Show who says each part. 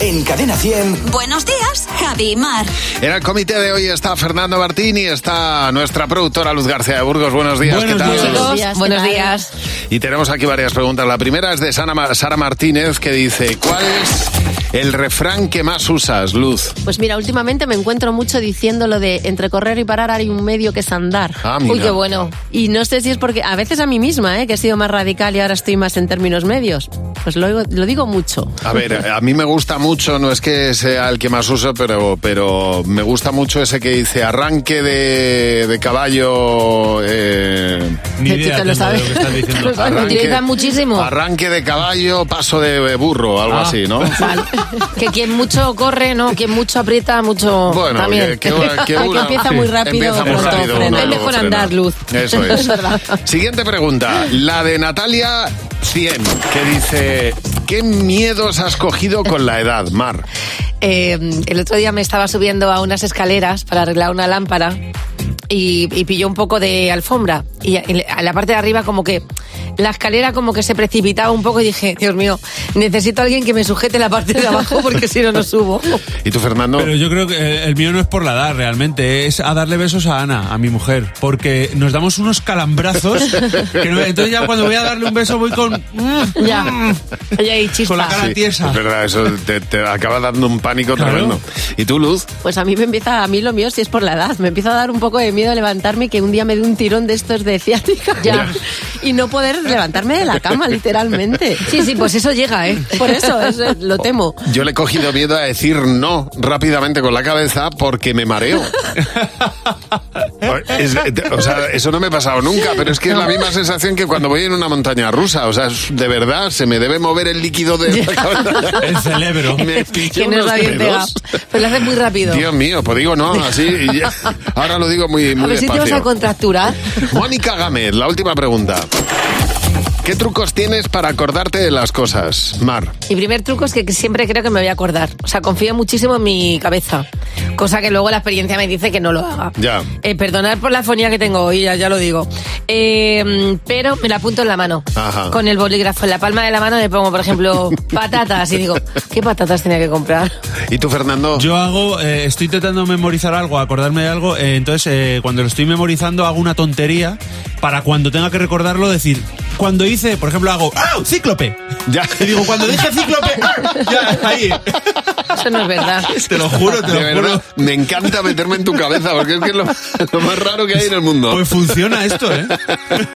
Speaker 1: en Cadena 100.
Speaker 2: Buenos días, Javi y Mar.
Speaker 3: En el comité de hoy está Fernando Martín y está nuestra productora Luz García de Burgos. Buenos días, ¿qué tal?
Speaker 4: días, buenos días.
Speaker 3: Y tenemos aquí varias preguntas. La primera es de Sara, Ma- Sara Martínez que dice, ¿cuál es el refrán que más usas, Luz?
Speaker 4: Pues mira, últimamente me encuentro mucho diciendo lo de entre correr y parar hay un medio que es andar.
Speaker 3: Ah, mira. Uy, qué
Speaker 4: bueno. Y no sé si es porque a veces a mí misma, ¿eh? que he sido más radical y ahora estoy más en términos medios. Pues lo, oigo- lo digo mucho.
Speaker 3: A ver, a mí me gusta mucho, no es que sea el que más uso, pero, pero me gusta mucho ese que dice arranque de, de caballo. eh,
Speaker 5: Ni
Speaker 4: Tú
Speaker 5: idea
Speaker 4: te lo
Speaker 5: tengo de
Speaker 4: sabes.
Speaker 5: lo que estás
Speaker 4: Te
Speaker 5: diciendo.
Speaker 4: lo sabes.
Speaker 3: Arranque.
Speaker 6: Pues utilizan muchísimo.
Speaker 3: Arranque de caballo, paso de burro, algo
Speaker 5: Ah.
Speaker 3: así, ¿no?
Speaker 6: Vale. Que quien mucho corre, no, quien mucho aprieta, mucho
Speaker 3: Bueno,
Speaker 6: también.
Speaker 3: que, que- que
Speaker 4: El que
Speaker 3: una-
Speaker 4: empieza muy rápido,
Speaker 3: empieza muy
Speaker 4: pronto
Speaker 3: rápido,
Speaker 4: frena.
Speaker 3: uno y
Speaker 4: Es
Speaker 3: luego
Speaker 6: mejor
Speaker 3: frena.
Speaker 6: andar, Luz.
Speaker 3: Eso es.
Speaker 4: Es verdad.
Speaker 3: Siguiente pregunta, la de Natalia 100, que dice, ¿qué miedos has cogido con la edad, Mar?
Speaker 6: Eh, el otro día me estaba subiendo a unas escaleras para arreglar una lámpara y, y pilló un poco de alfombra. Y en la- en la parte de arriba como que la escalera como que se precipitaba un poco y dije, Dios mío, necesito a alguien que me sujete la parte de abajo porque si no, no subo.
Speaker 3: ¿Y tú, Fernando?
Speaker 5: Pero yo creo que eh, el mío no es por la edad realmente, es a darle besos a Ana, a mi mujer, porque nos damos unos calambrazos. que no- entonces ya cuando voy a darle un beso voy con... mm,
Speaker 4: Ya.
Speaker 5: mm,
Speaker 4: Oye, ahí
Speaker 5: con la
Speaker 4: chispa.
Speaker 5: cara
Speaker 3: Sí,
Speaker 5: tiesa.
Speaker 3: es verdad, eso te, te acaba dando un pánico
Speaker 5: Claro.
Speaker 3: tremendo. ¿Y tú, Luz?
Speaker 4: Pues a mí me empieza, a mí lo mío si es por la edad, me empieza a dar un poco de miedo levantarme que un día me dé un tirón de estos de ciática
Speaker 3: Ya.
Speaker 4: y no poder levantarme de la cama, literalmente.
Speaker 6: Sí, sí, pues eso llega, ¿eh?
Speaker 4: Por eso, eso lo temo.
Speaker 3: Yo le he cogido miedo a decir no rápidamente con la cabeza porque me mareo. Es- eh, o sea, eso no me ha pasado nunca, pero es que es la misma sensación que cuando voy en una montaña rusa. O sea, es- de verdad, se me debe mover el líquido de la cabeza.
Speaker 5: El cerebro.
Speaker 3: Me
Speaker 6: Que
Speaker 3: pillo
Speaker 6: no
Speaker 3: unos
Speaker 6: es bien pegado.
Speaker 3: dedos.
Speaker 6: Pero lo haces muy rápido.
Speaker 3: Dios mío, pues digo no, así. y ya- ahora lo digo muy, muy
Speaker 6: a ver si te vas
Speaker 3: despacio.
Speaker 6: a contracturar.
Speaker 3: Mónica Gámez, la última pregunta. ¿Qué trucos tienes para acordarte de las cosas, Mar?
Speaker 6: Mi primer truco es que siempre creo que me voy a acordar. O sea, confío muchísimo en mi cabeza. Cosa que luego la experiencia me dice que no lo haga.
Speaker 3: Ya.
Speaker 6: Eh, perdonad por la fonía que tengo hoy, ya, ya lo digo. Eh, pero me la apunto en la mano.
Speaker 3: Ajá.
Speaker 6: Con el bolígrafo. En la palma de la mano me pongo, por ejemplo, patatas. Y digo, ¿qué patatas tenía que comprar?
Speaker 3: ¿Y tú, Fernando?
Speaker 5: Yo hago, eh, estoy intentando memorizar algo, acordarme de algo, eh, entonces eh, cuando lo estoy memorizando hago una tontería para cuando tenga que recordarlo decir, cuando hice, por ejemplo, hago, ¡ah! ¡Cíclope!
Speaker 3: Ya.
Speaker 5: Y digo, cuando dije cíclope, ¡ah! ya, ahí.
Speaker 6: Eso no es verdad.
Speaker 5: Te lo juro,
Speaker 3: De
Speaker 5: te lo juro.
Speaker 3: verdad, me encanta meterme en tu cabeza porque es que es lo, lo más raro que hay en el mundo.
Speaker 5: Pues funciona Pues esto, ¿eh?